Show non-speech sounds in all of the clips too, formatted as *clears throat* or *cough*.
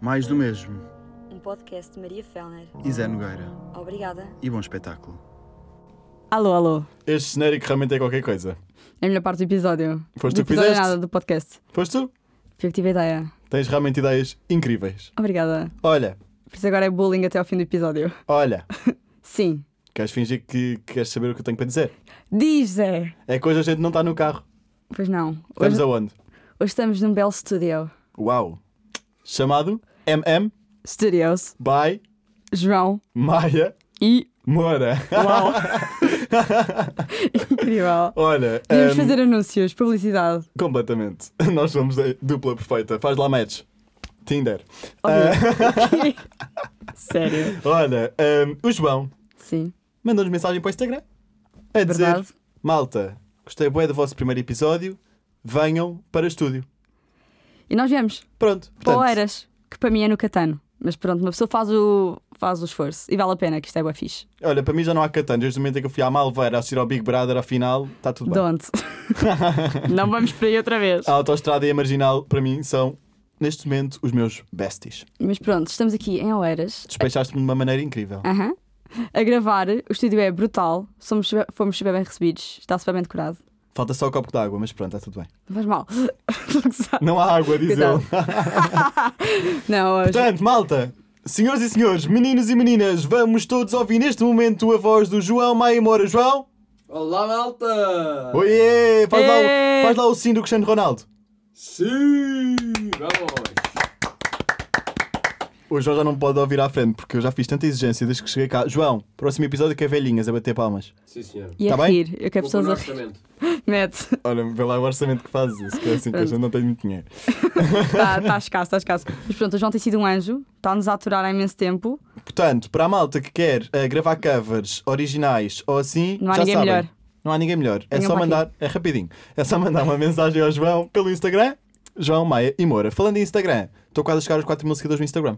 Mais do mesmo. Um podcast de Maria Fellner. E Zé Nogueira. Obrigada. E bom espetáculo. Alô, alô. Este genérico realmente é qualquer coisa. É a melhor parte do episódio. Foste do tu que episódio fizeste? é nada do podcast. Pois tu Fui eu que tive a ideia. tens realmente ideias incríveis. Obrigada. Olha, Por isso agora é bullying até ao fim do episódio. olha, Sim. queres fingir que que queres saber o que eu tenho para dizer? Diz, Zé. É que hoje a gente não está no carro. Pois não. Hoje, Estamos aonde? hoje estamos num belo studio. Uau! Chamado MM Studios. by João Maia e. Moura. *laughs* Uau! Incrível. Olha, Devíamos hum, fazer anúncios, publicidade. completamente. *laughs* Nós somos a dupla perfeita. Faz lá match. Tinder. Óbvio. *laughs* Sério. Olha, hum, o João Sim. mandou-nos mensagem para o Instagram a dizer: Verdade. Malta, gostei bué do vosso primeiro episódio, venham para o estúdio. E nós viemos. Pronto. Para Portanto, o Eiras, que para mim é no Catano. Mas pronto, uma pessoa faz o, faz o esforço. E vale a pena, que isto é boa fixe. Olha, para mim já não há catanos. Desde o momento em que eu fui à Malveira assistir ao Big Brother, afinal, está tudo bem. *laughs* Ah. Don't. não vamos para aí outra vez. A autoestrada e a marginal, para mim, são, neste momento, os meus besties. Mas pronto, estamos aqui em Oeiras. Despechaste-me de uma maneira incrível. Aham. A gravar, o estúdio é brutal. Somos, super- fomos super bem recebidos. Está super bem decorado. Falta só o copo de água, mas pronto, está tudo bem. Não faz mal. *laughs* Estou a gozar. Não há água, diz eu. não, hoje. Portanto, malta, senhores e senhores, meninos e meninas, vamos todos ouvir neste momento a voz do João Maia Moura. João? Olá, malta! Oiê! Faz, lá, Ê! o, faz lá o sim do Cristiano Ronaldo. Sim! Vamos! O João já não pode ouvir à frente, porque eu já fiz tanta exigência desde que cheguei cá. João, próximo episódio que é velhinhas a bater palmas. Sim, senhor. E a Tá bem? rir. Eu quero Vou pôr pessoas no a rir. orçamento. Mete. Olha, vê lá o orçamento que fazes isso, que é assim que a gente não tem muito dinheiro. Está tá escasso, está escasso. Mas pronto, o João tem sido um anjo. Está-nos a aturar há imenso tempo. Portanto, para a malta que quer eh, gravar covers originais ou assim, Não há já ninguém sabem. melhor. Não há ninguém melhor. É Venham só para aqui. mandar, é rapidinho. É só mandar uma mensagem ao João pelo Instagram, João Maia e Moura. Falando em Instagram, estou quase a chegar aos 4 mil seguidores no Instagram.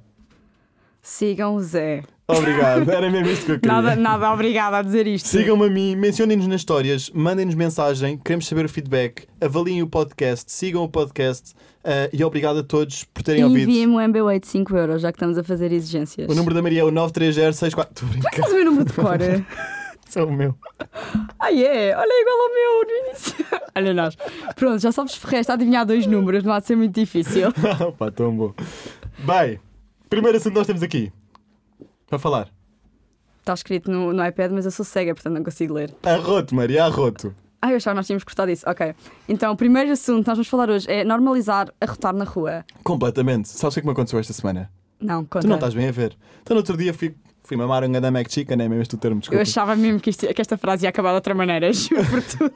Sigam o Zé. Obrigado, era mesmo isto que eu queria. Nada, nada obrigada a dizer isto. Sigam-me a mim, mencionem-nos nas histórias, mandem-nos mensagem, queremos saber o feedback, avaliem o podcast, sigam o podcast eh, e obrigado a todos por E terem ouvido. enviem-me um MB8 de 5 euros, já que estamos a fazer exigências. O número da Maria é o 93064. Estou a *laughs* brincar, Faz o meu número de cor. é o meu. *laughs* Ah, é? Olha, é igual ao meu no início. *laughs* Olha nós. Pronto, já sabes ferreste a adivinhar dois números, não há de ser muito difícil. Opa, tão bom. Bem, primeiro assunto que nós temos aqui para falar. Está escrito no, no iPad, mas eu sou cega, portanto não consigo ler. Arroto, Maria, arroto. Ah, eu achava que nós tínhamos cortado isso. Ok. Então, o primeiro assunto que nós vamos falar hoje é normalizar arrotar na rua. Completamente. Sabes o que é que me aconteceu esta semana? Não, conta. Tu não estás bem a ver. Então, no outro dia fui, fui mamar um Ganda Mac Chicken, é mesmo este o termo, Eu desculpa. achava mesmo que, isto- que esta frase ia acabar de outra maneira, *laughs* juro por tudo.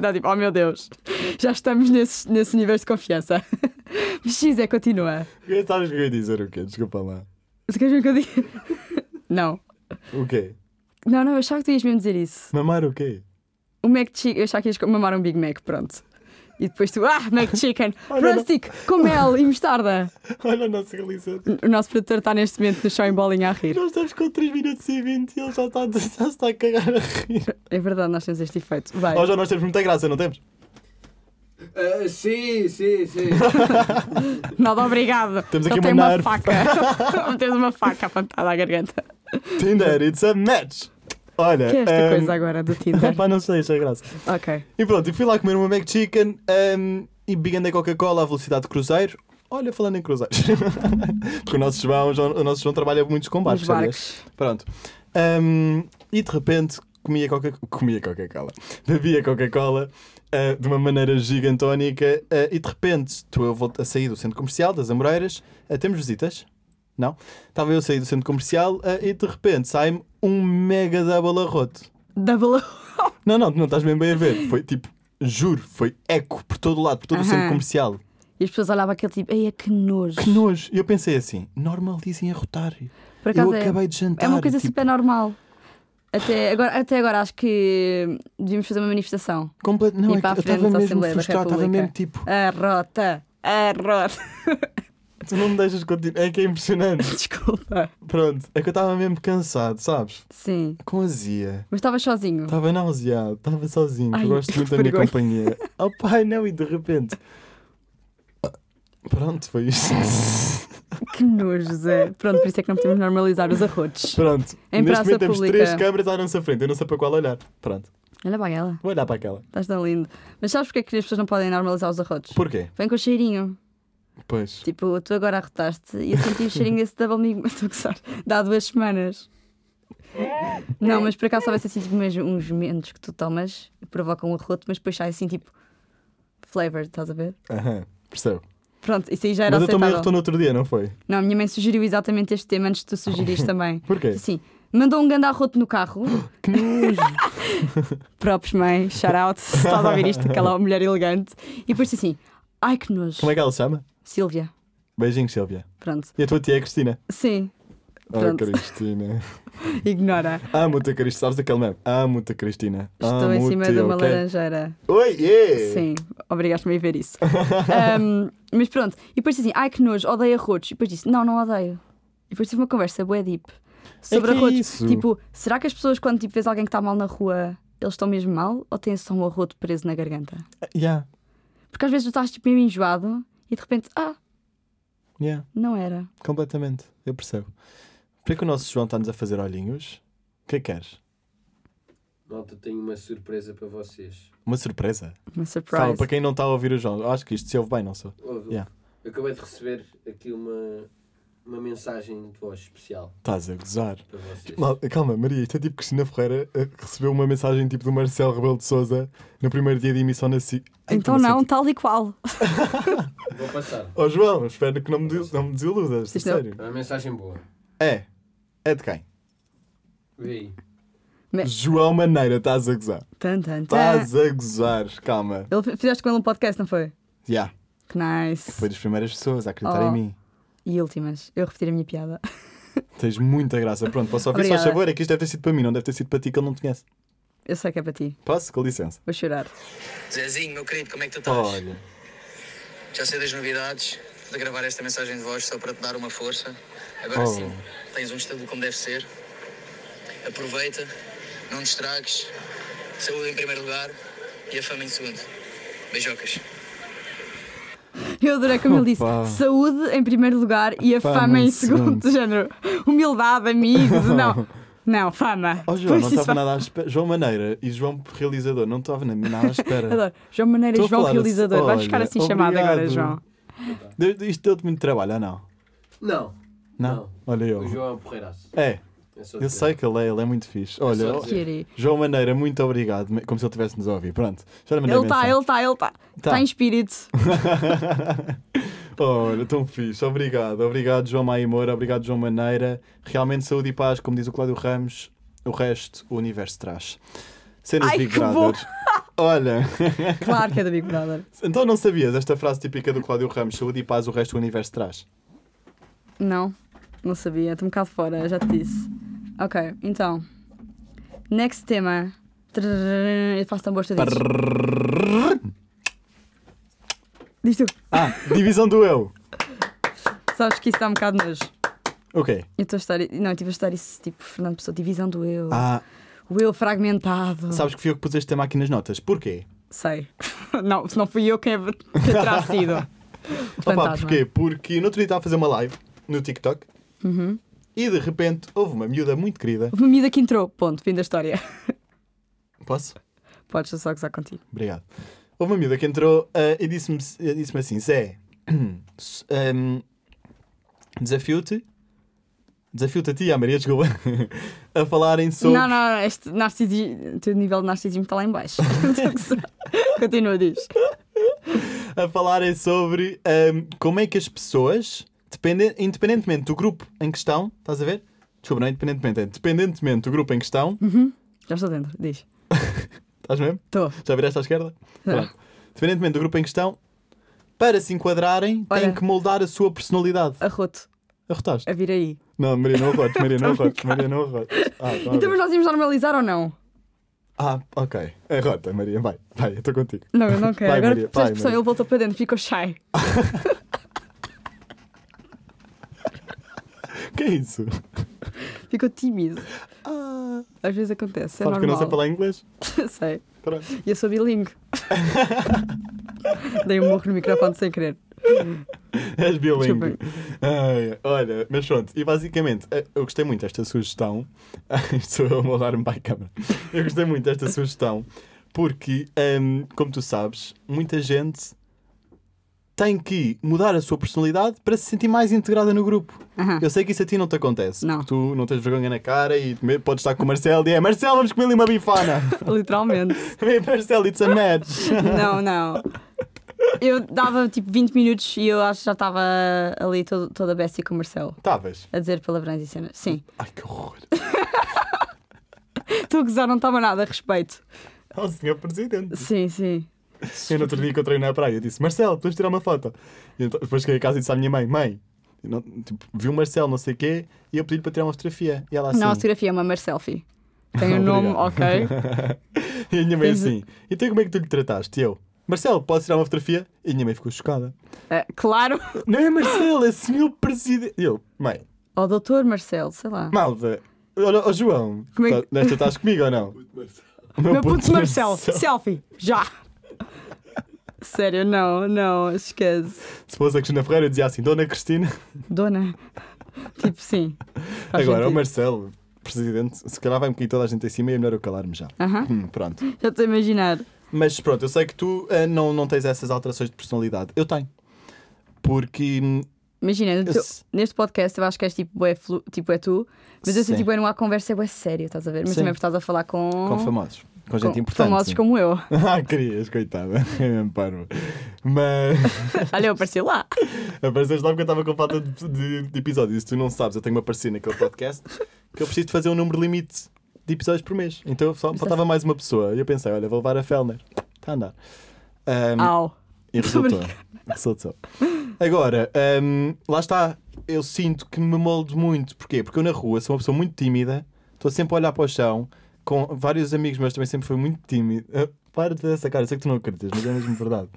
Não, tipo, oh meu Deus, já estamos nesse, nesse nível de confiança. *laughs* Mas X é, continua. *laughs* Sabes o que eu ia dizer o quê? Desculpa lá. Você queres ver que eu diga? *laughs* Não. O quê? Não, não, eu achava que tu ias mesmo dizer isso. Mamar o quê? *laughs* O McChicken, eu achava que ias mamar um Big Mac, pronto. E depois tu, ah, *laughs* McChicken, Olha, rustic, com mel e mostarda. Olha o nosso realizador. O nosso produtor está neste momento no show em bolinha a rir. Nós estamos com 3 minutos e 20 e ele já está, *laughs* já está a cagar a rir. É verdade, nós temos este efeito. Vai, Ó, João, nós temos muita graça, não temos? Ah, sim, sim, sim. nada obrigado. Temos aqui Ele uma tem uma nerf. *laughs* faca. tens uma faca apontada à garganta. Tinder, it's a match! Olha. Que é esta ehm, coisa agora do *laughs* *laughs* Tinder? Pá, não sei, achei graça. ok. E pronto, e fui lá comer uma McChicken um, e bigando a Coca-Cola à velocidade de cruzeiro. Olha, falando em cruzeiros. *laughs* Porque o nosso João, o João- o nosso João trabalha muitos combates, Os sabias? barcos. Pronto. Um, e de repente comia Coca- comia Coca-Cola. *laughs* Bebia Coca-Cola uh, de uma maneira gigantónica uh, e de repente estou eu volto a sair do centro comercial das Amoreiras. Uh, temos visitas? Não? Estava eu a sair do centro comercial uh, e de repente sai-me um mega double arroto. Double. Não, não, não estás bem bem a ver. Foi tipo, juro, foi eco por todo o lado, por todo o Aham. centro comercial. E as pessoas olhavam aquele tipo, ei, é que nojo. Que nojo. E eu pensei assim, normalizem a rotar. Por Eu acaso é- acabei de jantar. É uma coisa tipo, super normal. Até agora, até agora acho que devíamos fazer uma manifestação. Complet... Não, é Ir que para eu a frente estava da mesmo Assembleia da frustrado, estava República. mesmo tipo, Arrota! Arrota! tu não me deixas continuar. É que é impressionante. *laughs* Desculpa. Pronto, é que eu estava mesmo cansado, sabes? Sim, Com azia. mas estava sozinho. Estava nauseado, estava sozinho. Ai, eu gosto que muito da minha vergonha. *laughs* companhia. Oh *laughs* pai, não, e de repente. Pronto, foi isto. Que nojo, Zé. Pronto, por isso é que não podemos normalizar os arrotos. Pronto. Em Neste praça momento temos pública. três câmaras à nossa frente. Eu não sei para qual olhar. Pronto. Olha para ela, Vou olhar para aquela. estás tão lindo. Mas sabes porque é que as pessoas não podem normalizar os arrotos? Porquê? Vem com o cheirinho. Pois. Tipo, tu agora arrotaste e eu senti o cheirinho desse double *laughs* mig. Estou a gozar. Dá duas semanas. Não, mas por acaso soubesse assim, tipo, mesmo uns mentos que tu tomas provocam um arroto, mas depois sai assim, tipo, flavored, estás a ver? Aham. Percebo. Pronto, isso aí já era Mas eu também aceitável. retorno outro dia, não foi? Não, a minha mãe sugeriu exatamente este tema antes de tu *laughs* sugerires também. *laughs* Porquê? Sim, mandou um ganda arroto no carro. *gasps* Que nojo. *laughs* Próprios mãe, shout out, se estás a ouvir isto, aquela mulher elegante. E depois disse assim: ai que nojo, Como é que ela se chama? Silvia. Beijinhos, Silvia. Pronto, E a tua tia é Cristina. sim, Oh, Pronto. Cristina. ignora. Amo-te, Cristina. Sabes aquele meme? Amo-te, Cristina. Estou em cima Amo-te, de uma Ah, ok? É. laranjeira. Oi, yeah! Sim, obrigaste-me a ver isso. Ahm, *laughs* mas pronto, e depois disse assim: ai que nojo, odeio arrotos. E depois disse: não, não odeio. E depois tive uma conversa bué deep sobre que é arrotos. isso? Tipo, será que as pessoas, quando tipo, vês alguém que está mal na rua, eles estão mesmo mal ou têm só um arroto preso na garganta? Eh, Yeah, Porque às vezes tu estás tipo, meio enjoado e de repente, ah, yeah, não era. completamente. Eu percebo. Por que o nosso João está-nos a fazer olhinhos? O que é que queres? *laughs* Malta, tenho uma surpresa para vocês. Uma surpresa? Uma Fala, surprise. para quem não está a ouvir o João, eu acho que isto se ouve bem, não sou? Ouve, Yeah. Eu acabei de receber aqui uma, uma mensagem de voz especial Estás a gozar. para vocês. Mal- Calma, Maria, isto é tipo Cristina Ferreira eh, recebeu uma mensagem tipo do Marcelo Rebelo de Souza no primeiro dia de emissão na SIC. Ai, Então como assim? não, tal e qual. *laughs* Vou passar. Ó Oh, João, espero que não me, des- não me desiludas, Isto não- sério. É uma mensagem boa. É. É de quem? Vê aí. João Maneira, estás a gozar. Tan, tan, tan. Estás a gozar, calma. Ele fi- fizeste com ele um podcast, não foi? Já, Que nice. foi das primeiras pessoas a acreditar Oh. em mim. E últimas, eu repetir a minha piada. *laughs* Tens muita graça. Pronto, posso ouvir só Obrigada. sabor? É que isto deve ter sido para mim, não deve ter sido para ti que ele não te conhece. Eu sei que é para ti. Posso? Com licença. Vou chorar. Zezinho, meu querido, como é que tu estás? Olha, Já sei das novidades de gravar esta mensagem de voz só para te dar uma força. Agora Oh. sim, tens um estilo como deve ser. Aproveita, não te estragues. Saúde em primeiro lugar e a fama em segundo. Beijocas. Eu adorei como ele disse: Opa. saúde em primeiro lugar e a Fama fama, em em segundo. *laughs* Género, humildade, amigos. Não, *laughs* não, fama. Ó Oh, João, não Depois disso, estava nada à espera. João Maneira e João Realizador, não estava na- nada à espera. *laughs* Adoro. João Maneira Estou e a João falar Realizador. assim, Vais ficar olha, assim chamado agora, obrigado. João. De- Isto deu-te muito trabalho, ou não? Não, Não? Não. Olha eu. o João é um porreiraço. É, É só eu dizer. sei que ele é, ele é muito fixe. Olha, só ó, dizer. Kiri. João Maneira, muito obrigado. Como se ele tivesse-nos a ouvir. Pronto, já lhe mandei Ele está, mensagem. Tá. ele está, ele está. Está em espírito. *laughs* Olha, tão fixe, obrigado. Obrigado, João Maia Moura, obrigado, João Maneira. Realmente, saúde e paz, como diz o Cláudio Ramos, o resto o universo traz. Cenas Ai, Big que bom. Brother. Olha, *laughs* Claro que é da Big Brother. então não sabias esta frase típica do Cláudio Ramos: saúde e paz, o resto o universo *laughs* traz. Não, não sabia. Estou um bocado fora, já te disse. Ok, então. Next tema. Trrr, Eu faço tambor, tu dizes. Diz tu. Ah, divisão do eu. Sabes que isso dá um bocado nojo. Ok. Eu estou a estar. Não, eu estive a estar isso, tipo, Fernando Pessoa, divisão do eu. Ah, O eu fragmentado. sabes que fui eu que pus este tema aqui nas notas. Porquê? Sei. *laughs* Não, se não fui eu quem é- *laughs* quem terá sido. O Opa, fantasma. porquê? Porque no outro dia estava a fazer uma live no TikTok Uhum. e de repente houve uma miúda muito querida. Houve uma medida que entrou. Ponto, fim da história. *laughs* Posso? Podes só gozar contigo. Obrigado. Houve uma miúda que entrou eh, e disse-me disse assim: Zé, *clears throat* s- ehm, desafio-te, desafio-te a ti, e à Maria, desculpa, *laughs* a falarem sobre. Não, não, não, este narcisismo, o teu nível de narcisismo está lá *laughs* em baixo. Continua, diz. A falarem sobre ehm, como é que as pessoas, depende- independentemente do grupo em questão, estás a ver? Desculpa, não é independentemente, é independentemente do grupo em questão, Já estou dentro, diz. estás mesmo? Estou. Já viraste à esquerda? Não. Pronto. Independentemente do grupo em questão, para se enquadrarem, têm Olha. que moldar a sua personalidade. Arroto, Arrotaste? a vir aí. Não, Maria, não *laughs* arrotes, Maria, não arrotes, Maria, não arrotes. Ah, tá Tá Então, mas bem. nós íamos normalizar ou não? ah, ok. Arrota, Maria, vai, vai, eu estou contigo. Não, eu não quero. Vai, Agora Maria, fez vai, pressão, Maria. ele voltou para dentro, ficou shy. Que é isso? Ficou tímido. Ah, Às vezes acontece, é sabes que eu não sei normal. falar inglês? *laughs* sei. Pronto. *laughs* E eu sou bilingue. Dei um morro no microfone sem querer. És bilingue. Desculpem. Ai, olha, mas pronto, e basicamente, eh, eu gostei muito desta sugestão. *laughs* Estou eu a moldar-me para a câmara. Eu gostei muito desta sugestão porque, ehm, como tu sabes, muita gente tem que mudar a sua personalidade para se sentir mais integrada no grupo. Aham. Eu sei que isso a ti não te acontece. Não. porque Tu não tens vergonha na cara e me- podes estar com o Marcelo e é Marcelo, vamos comer ali uma bifana. *laughs* Literalmente. Vem, Marcelo, it's a match. Não, não. Eu dava tipo 20 minutos e eu acho que já estava ali todo, toda bestia com o Marcelo Estavas. a dizer palavrões e cenas. Sim. Tá, Ai que horror. Estou a gozar, não estava nada a respeito. Ao senhor presidente. Sim, sim. Eu no outro dia encontrei na praia e disse: Marcelo, podes tirar uma foto? E então, depois cheguei a casa e disse à minha mãe: Mãe, eu não- tipo, vi o Marcelo, não sei o quê, e eu pedi-lhe para tirar uma fotografia. E ela assim. Não, a fotografia é uma Marcelfi. Tem o nome, ok. e a minha mãe Tens- assim: Então como é que tu lhe trataste? E eu: Marcelo, posso tirar uma fotografia? E a minha mãe ficou chocada: É, claro. Não é Marcelo, é senhor presidente. E eu: Mãe, Ou doutor Marcelo, sei lá. malta, olha, ó João, Como é tá- que- nesta estás comigo ou não? Meu Meu puto Marcelo, Marcelo. selfie, já. Sério, não, não, esquece. Se fosse a Cristina Ferreira, eu dizia assim: Dona Cristina. Dona. Tipo, sim. Faz Agora, o sentido. Marcelo, presidente, se calhar vai-me cair toda a gente em cima e é melhor eu calar-me já. Aham. Hum, pronto. Já estou a imaginar. Mas pronto, eu sei que tu eh, não, não tens essas alterações de personalidade. Eu tenho. Porque. hum, Imagina, no Eu teu- se- neste podcast eu acho que és tipo é, flu, tipo, é tu, mas eu sei Sim. tipo é não há conversa, é bué sério, estás a ver? Mas Sim. também porque estás a falar com, Com famosos. Com gente hum, com importante. famosos sim. como eu. *laughs* ah, querias, coitada. *laughs* É mesmo parvo. Mas. *laughs* Olha, eu *laughs* apareci lá. Apareceste lá porque eu estava com falta de, de, de episódios. E se tu não sabes, eu tenho uma parecer naquele podcast que eu preciso de fazer um número limite de episódios por mês. Então só faltava mais uma pessoa. E eu pensei, olha, vou levar a Fellner. Está a andar. Ahm, Au. E resultou. Obrigada. resultou. Agora, hum, lá está. Eu sinto que me moldo muito. Porquê? Porque eu na rua sou uma pessoa muito tímida, estou sempre a olhar para o chão, com vários amigos meus também sempre foi muito tímido. Ah, Para de fazer essa cara, eu sei que tu não acreditas, mas é mesmo verdade.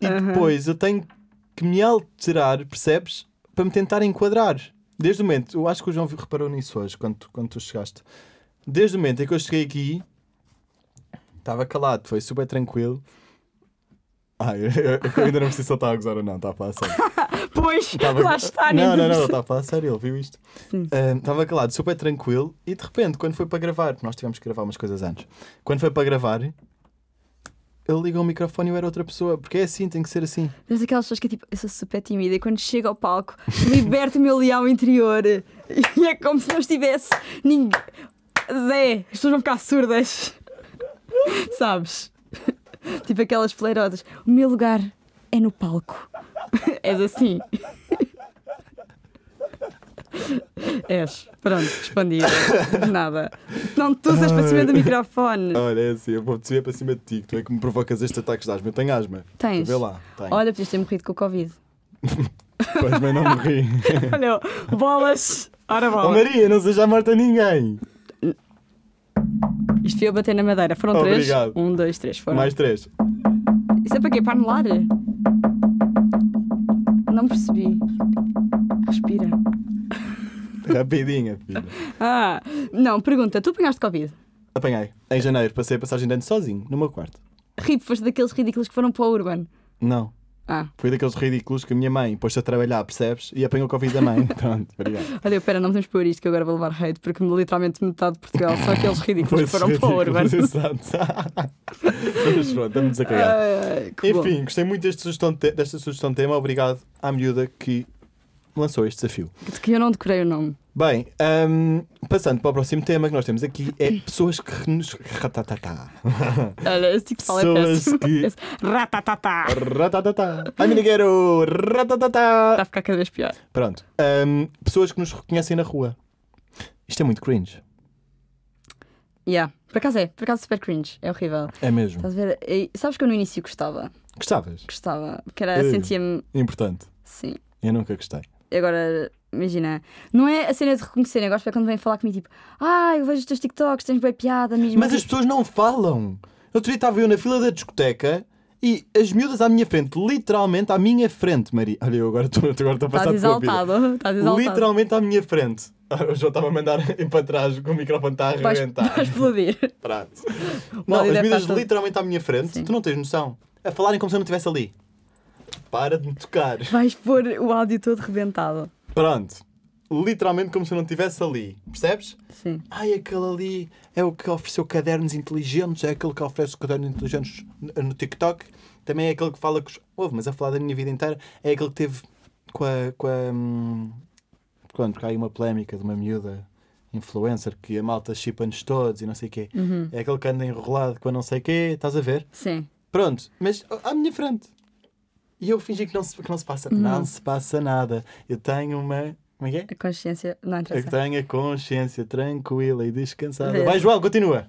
E depois eu tenho que me alterar, percebes? Para me tentar enquadrar. Desde o momento, eu acho que o João reparou nisso hoje, quando, tu- quando tu chegaste. Desde o momento em que eu cheguei aqui, estava calado, foi super tranquilo. Ah, eu, eu- eu ainda não preciso se ele está a gozar ou não, está a falar a sério. Pois, Tava- lá está, nem não, não, tu não, ele perce- está a falar a sério, ele viu isto. Ah, Estava calado, super tranquilo, e de repente, quando foi para gravar, nós tivemos que gravar umas coisas antes, quando foi para gravar, ele liga o microfone e eu era outra pessoa, porque é assim, tem que ser assim. Mas aquelas pessoas que é tipo, eu sou super tímida e quando chego ao palco liberto o meu leão interior *laughs* e é como se não estivesse ninguém. Zé, as pessoas vão ficar surdas. *laughs* Sabes? *laughs* Tipo aquelas fleirosas. O meu lugar é no palco. *laughs* És assim. *laughs* És. Pronto, respondida. Nada. Não te usas para cima do microfone. Olha, é assim, eu vou te para cima de ti, que tu é que me provocas estes ataques de asma. Eu tenho asma. Tens. Vê lá, tenho. Olha, podias ter morrido com o Covid. *laughs* Pois bem, não morri. Olha, bolas. Ora, Ó bolas. Maria, não seja morta ninguém. Isto foi eu bater na madeira. Foram três? Obrigado. Um, dois, três. Foram. Mais três. Isso é para quê? Para anular? Não percebi. Respira. Rapidinha, filha. Ah, não, pergunta. Tu apanhaste Covid? Apanhei. Em janeiro, passei a passagem de ano sozinho, no meu quarto. Ripo, foste daqueles ridículos que foram para o Urban. Não. Ah, Foi daqueles ridículos que a minha mãe pôs-se a trabalhar, percebes? E apanhou Covid da mãe. *laughs* Pronto, obrigado. olha, pera, não podemos pôr isto que eu agora vou levar hate porque literalmente metade de Portugal são aqueles ridículos que Foi-se foram para o *laughs* Urban. ridículos, Exato. Mas pronto, estamos a cagar. Ah, que bom. Enfim, gostei muito desta sugestão, de te- desta sugestão de tema. Obrigado à miúda que lançou este desafio. De que eu não decorei o nome. Bem, hum, passando para o próximo tema que nós temos aqui é pessoas que nos. Ratatatá. Olha, esse tipo de fala é Pessoas péssimo. que- *laughs* Esse Ratatatá. Ratatatá. Ai, minigueiro! Ratatatá. Está a ficar cada vez pior. Pronto. hum, pessoas que nos reconhecem na rua. Isto é muito cringe. Yeah. Por acaso é, por acaso super cringe. É horrível. É mesmo. Estás a ver? E Sabes que eu no início gostava. Gostavas? Gostava. Porque era, Eu. sentia-me. Importante. Sim. Eu nunca gostei. E agora, imagina. Não é a cena de reconhecerem. Eu gosto é quando vêm falar comigo, tipo, ah, eu vejo os teus TikToks, tens boa piada, mesmo. Mas as pessoas não falam. Outro dia estava eu na fila da discoteca e as miúdas à minha frente, literalmente à minha frente, Maria. Olha, eu agora estou agora estou a passar Estás pela vida. exaltado. *laughs* Estás exaltado. Literalmente à minha frente. Ah, O João estava a mandar *laughs* ir para trás, que o microfone está a Vais, *laughs* arrebentar. vais explodir. Prato. Bom, Não, deve as miúdas estar todo- literalmente à minha frente, tu não tens noção. A falarem como se eu não estivesse ali. para de me tocar. Vais pôr o áudio todo rebentado. Pronto. Literalmente como se eu não estivesse ali. Percebes? Sim. Ai, aquele ali é o que ofereceu cadernos inteligentes, é aquele que oferece cadernos inteligentes no no TikTok. Também é aquele que fala com os. Ouve, mas a falar da minha vida inteira, é aquele que teve com a. Com a hum, pronto, porque há aí uma polémica de uma miúda influencer que a malta chipa-nos todos e não sei o quê. É aquele que anda enrolado com a não sei o quê, estás a ver? Sim. Pronto, mas à minha frente. E eu fingi que não se, que não se passa nada. Não se passa nada. Eu tenho uma. Como é que é? A consciência não Eu interessa. tenho a É consciência tranquila e descansada. Vê. Vai, João, continua.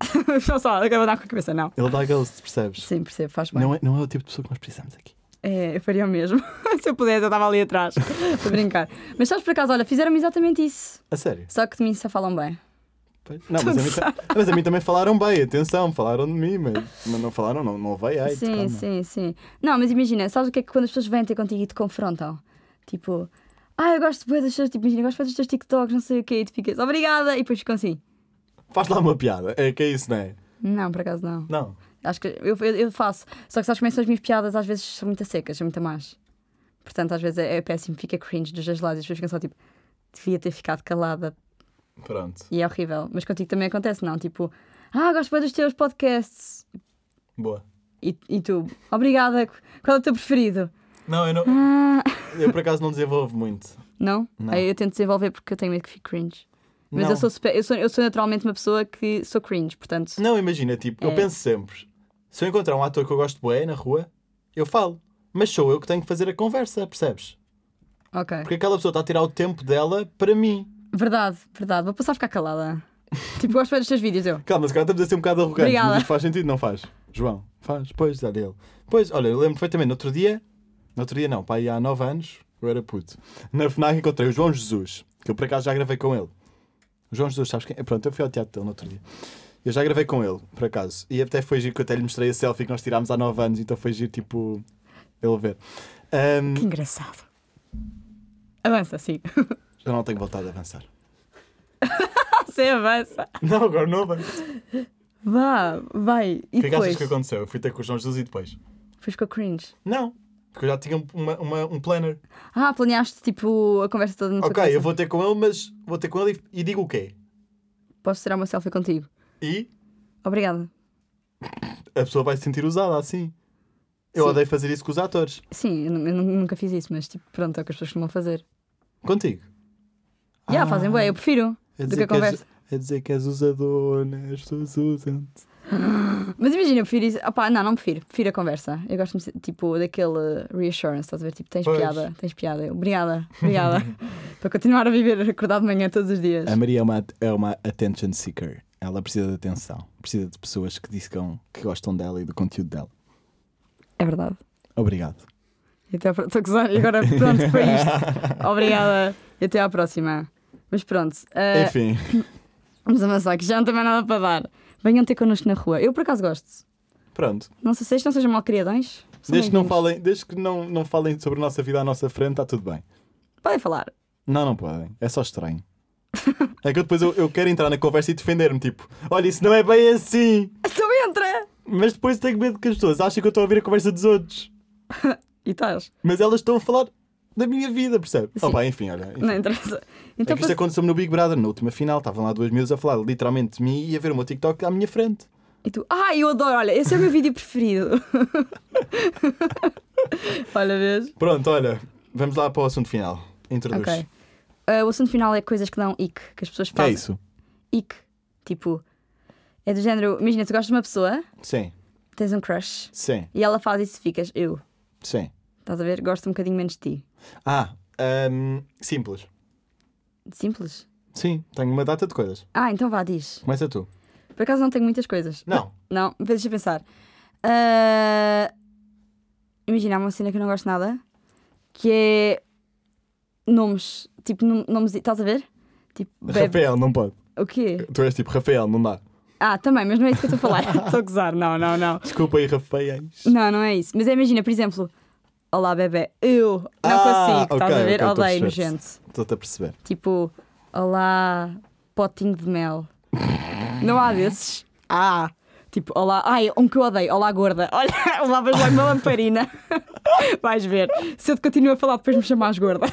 tá. *laughs* Só só, acaba de dar com a cabeça, não. Ele dá ghost, percebes? Sim, percebo, faz bem. Não é, não é o tipo de pessoa que nós precisamos aqui. É, eu faria o mesmo. *laughs* Se eu pudesse, eu estava ali atrás. *laughs* Estou a brincar. Mas sabes por acaso, olha, fizeram-me exatamente isso. A sério? Só que de mim só falam bem. Pois. Não, mas a, mim, ta- mas a mim também falaram bem, atenção, falaram de mim, mas, mas não falaram, não, não veio aí. sim, sim, sim. Não, mas imagina, sabes o que é que quando as pessoas vêm ter contigo e te confrontam? Tipo, ah, eu gosto bem dos teus, tipo, imagina, eu gosto bem dos teus TikToks, não sei o quê, e tu ficas, obrigada, e depois ficam assim. Faz lá uma piada. É que é isso, não é? Não, por acaso não. Não. Acho que eu, eu, eu faço. Só que sabes como é que são as minhas piadas, às vezes são muito secas, são muito más. Portanto, às vezes é, é péssimo, fica cringe dos dois lados e as pessoas ficam só tipo, devia ter ficado calada, Pronto. E é horrível. Mas contigo também acontece, não? Tipo, ah, gosto bem dos teus podcasts. Boa. E, e tu, obrigada, qual é o teu preferido? Não, eu não. Ah, Eu por acaso não desenvolvo muito. não? Não. Aí eu tento desenvolver porque eu tenho medo que fique cringe. Mas Não. eu sou, super- eu, sou, eu sou naturalmente uma pessoa que sou cringe, portanto. Não, imagina, tipo, eu É. penso sempre: se eu encontrar um ator que eu gosto de bué na rua, eu falo. Mas sou eu que tenho que fazer a conversa, percebes? Ok. Porque aquela pessoa está a tirar o tempo dela para mim. Verdade, verdade. Vou passar a *laughs* ficar calada. tipo, gosto bem dos teus vídeos, eu. Calma, se calhar estamos a ser um bocado arrogantes. Obrigada. Mas isto faz sentido, não faz? João, faz? Pois, olha ele. Pois, olha, eu lembro perfeitamente, no outro dia, no outro dia não, pá, aí há 9 anos, eu era puto. Na FNAC encontrei o João Jesus, que eu por acaso já gravei com ele. O João Jesus, sabes quem? é? Pronto, eu fui ao teatro dele no outro dia. Eu já gravei com ele, por acaso. E até foi giro que eu até lhe mostrei a selfie que nós tirámos há 9 anos, então foi giro, tipo, ele ver. Ahm, Que engraçado. Avança, sim. *laughs* já não tenho vontade de avançar. *laughs* Você avança. Não, agora não avanço. Vá, vai. O que E é que depois? achas que aconteceu? Eu fui ter com o João Jesus e depois? Depois ficou cringe. Não, porque eu já tinha uma- uma- um planner. Ah, planeaste tipo a conversa toda no tua Ok, cabeça. eu vou ter com ele, mas vou ter com ele e, e digo o quê? Posso tirar uma selfie contigo? E Obrigada. a pessoa vai se sentir usada assim. Eu Sim. odeio fazer isso com os atores. Sim, eu, nu- eu nu- nunca fiz isso, mas tipo, pronto, é o que as pessoas costumam fazer. Contigo. Já, Ah, fazem bué, eu prefiro É do que a és, conversa. é dizer que és usadona, as pessoas usam Mas imagina, eu prefiro isso. Opá, não, não prefiro, prefiro a conversa. Eu gosto, de me se- tipo, daquele reassurance, estás a ver? Tipo, tens Pois. piada, tens piada. Eu, obrigada, *laughs* obrigada. Para continuar a viver acordado de manhã todos os dias. A Maria é uma, é uma attention seeker. Ela precisa de atenção. Precisa de pessoas que digam que gostam dela e do conteúdo dela. É verdade. Obrigado. E Até à pro- Estou a gozar, e agora pronto, foi *laughs* isto. Obrigada e até à próxima. Mas pronto. ah, Enfim, vamos avançar, que já não tem mais nada para dar. Venham ter connosco na rua. Eu por acaso gosto. pronto. Não sei se vocês não sejam malcriadões. são Desde que, não bem-vindos. falem, desde que não, não falem sobre a nossa vida à nossa frente, está tudo bem. Podem falar. *laughs* Não, não podem. É só estranho. É que eu depois eu, eu quero entrar na conversa e defender-me, tipo, olha, isso não é bem assim. Então entra! Mas depois tenho medo que as pessoas achem que eu estou a ouvir a conversa dos outros. E estás. Mas elas estão a falar da minha vida, percebe? Sim. Oh, pá, enfim, olha. enfim. Não interessa. É Então, que isto pois- aconteceu no Big Brother, na última final. Estavam lá duas miúdas a falar literalmente de mim e a ver o meu TikTok à minha frente. E tu, ah, eu adoro, olha, esse é o meu vídeo preferido. *laughs* olha, vês? Pronto, olha, vamos lá para o assunto final. Introduz. Ok. Ah, o assunto final é coisas que dão ick, que as pessoas Que é fazem. isso? Ick. Tipo, é do género, imagina, tu gostas de uma pessoa, Sim, tens um crush, sim, e ela faz isso e ficas, eu. sim. Estás a ver? Gosto um bocadinho menos de ti. Ah, hum, simples. Simples. Sim, tenho uma data de coisas. Ah, então vá, diz. Começa tu. Por acaso não tenho muitas coisas. Não. Não, deixa eu pensar. Ah, imagina, há uma cena que eu não gosto nada que é nomes. Tipo, nom- nomes. Estás a ver? Tipo, bebe. Rafael, não pode. O quê? Tu és tipo Rafael, não dá. Ah, também, mas não é isso que eu estou a *laughs* falar. Estou a gozar, não, não, não. Desculpa aí, Rafaéis. Não, não é isso. Mas é, imagina, por exemplo, Olá bebê, eu não Ah, consigo, estás ok, a ver? ok, estou a Odeio, perceber. gente. Estou-te a perceber. Tipo, Olá, potinho de mel. não há desses. Ah! Tipo, olá, ai, um que eu odeio, olá gorda, olha, *laughs* levavas logo uma lamparina. Vais ver. Se eu te continuo a falar, depois me chamas gorda. *laughs*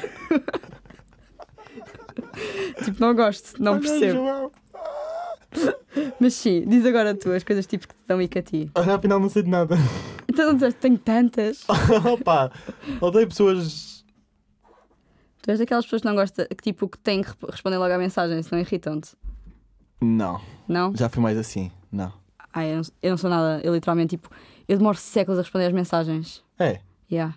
tipo, não gosto, não percebo. João. Mas sim, diz agora tu as coisas tipo que te dão ico a ti. Olha, afinal não sei de nada. *laughs* Então não disseste, tenho tantas. Opa, odeio pessoas. Tu és daquelas pessoas que não gostam, que tipo, que têm que rep- responder logo à mensagem, senão irritam-te. Não, Não? já fui mais assim. Não. Ai, eu não, eu não sou nada, eu literalmente, tipo, eu demoro séculos a responder as mensagens. É. Yeah.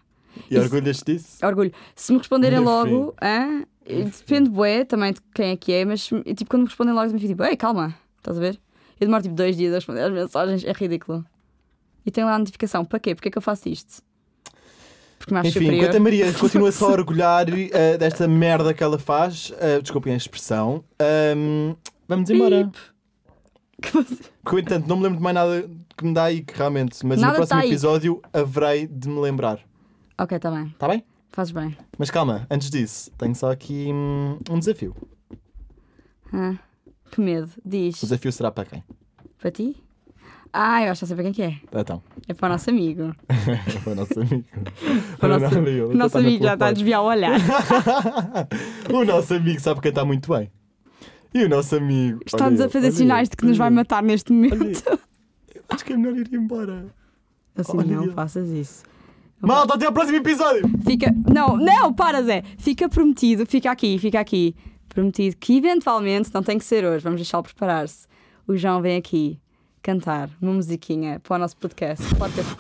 E Isso- orgulhas-te disso? Orgulho. Se me *laughs* responderem Ainda logo, hã? *laughs* depende, bué, também de quem é que é, mas eu, tipo, quando me respondem logo, eu fico tipo, ei, calma, estás a ver? Eu demoro tipo dois dias a responder as mensagens, é ridículo. E tem lá a notificação, para quê? Porque é que eu faço isto? Porque me acho Enfim, superior. enquanto a Maria continua-se a orgulhar eh, desta merda que ela faz, eh, desculpem a expressão, ahm, vamos embora. *laughs* Que você- Porque, eu, entanto, não me lembro de mais nada que me dá aí que realmente, mas Nada no próximo dá aí. episódio haverei de me lembrar. ok, está bem, Está bem? fazes bem. Mas calma, antes disso, tenho só aqui hum, um desafio. Hã? que medo, diz. O desafio será para quem? Para ti? Ah, eu acho que já sei para quem que é. Então, É para o nosso amigo. para o nosso amigo. Para o nosso, Não, eu o tô nosso na amigo já tá está telefone. a desviar o olhar. *laughs* O nosso amigo sabe cantar muito bem. E o nosso amigo. Está-nos olha a ele, fazer olha sinais ele, de que nos vai olha ele. matar neste momento. Acho que é melhor ir embora. Assim, Olha não ele. faças isso. Malta, até ao próximo episódio! Fica. Não, não, para, Zé. Fica prometido, fica aqui, fica aqui. Prometido que eventualmente, não tem que ser hoje, vamos deixá-lo preparar-se. O João vem aqui cantar uma musiquinha para o nosso podcast. podcast.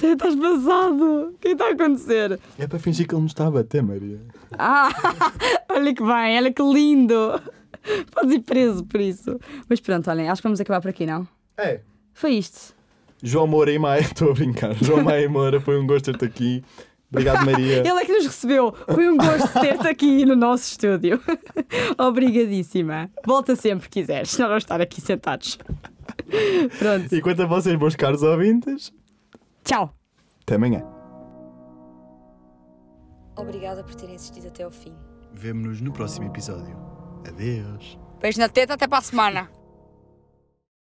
Zé, estás basado! O que está a acontecer? É para fingir que ele nos está a bater, Maria. Ah, *laughs* olha que bem, olha que lindo! Podes ir preso por isso. Mas pronto, olhem, acho que vamos acabar por aqui, não? É. Foi isto. João Moura e Maia, *laughs* estou a brincar. João Maia e Moura, foi um gosto ter-te aqui. Obrigado, Maria. *laughs* Ele é que nos recebeu. Foi um gosto ter-te aqui no nosso estúdio. *laughs* Obrigadíssima. Volta sempre que quiseres, senão vamos estar aqui sentados. Pronto, E quanto a vocês, meus caros ouvintes, tchau. até amanhã. Obrigada por terem assistido até ao fim. Vemo-nos no próximo episódio. Adeus. Beijo na teta, até para a semana.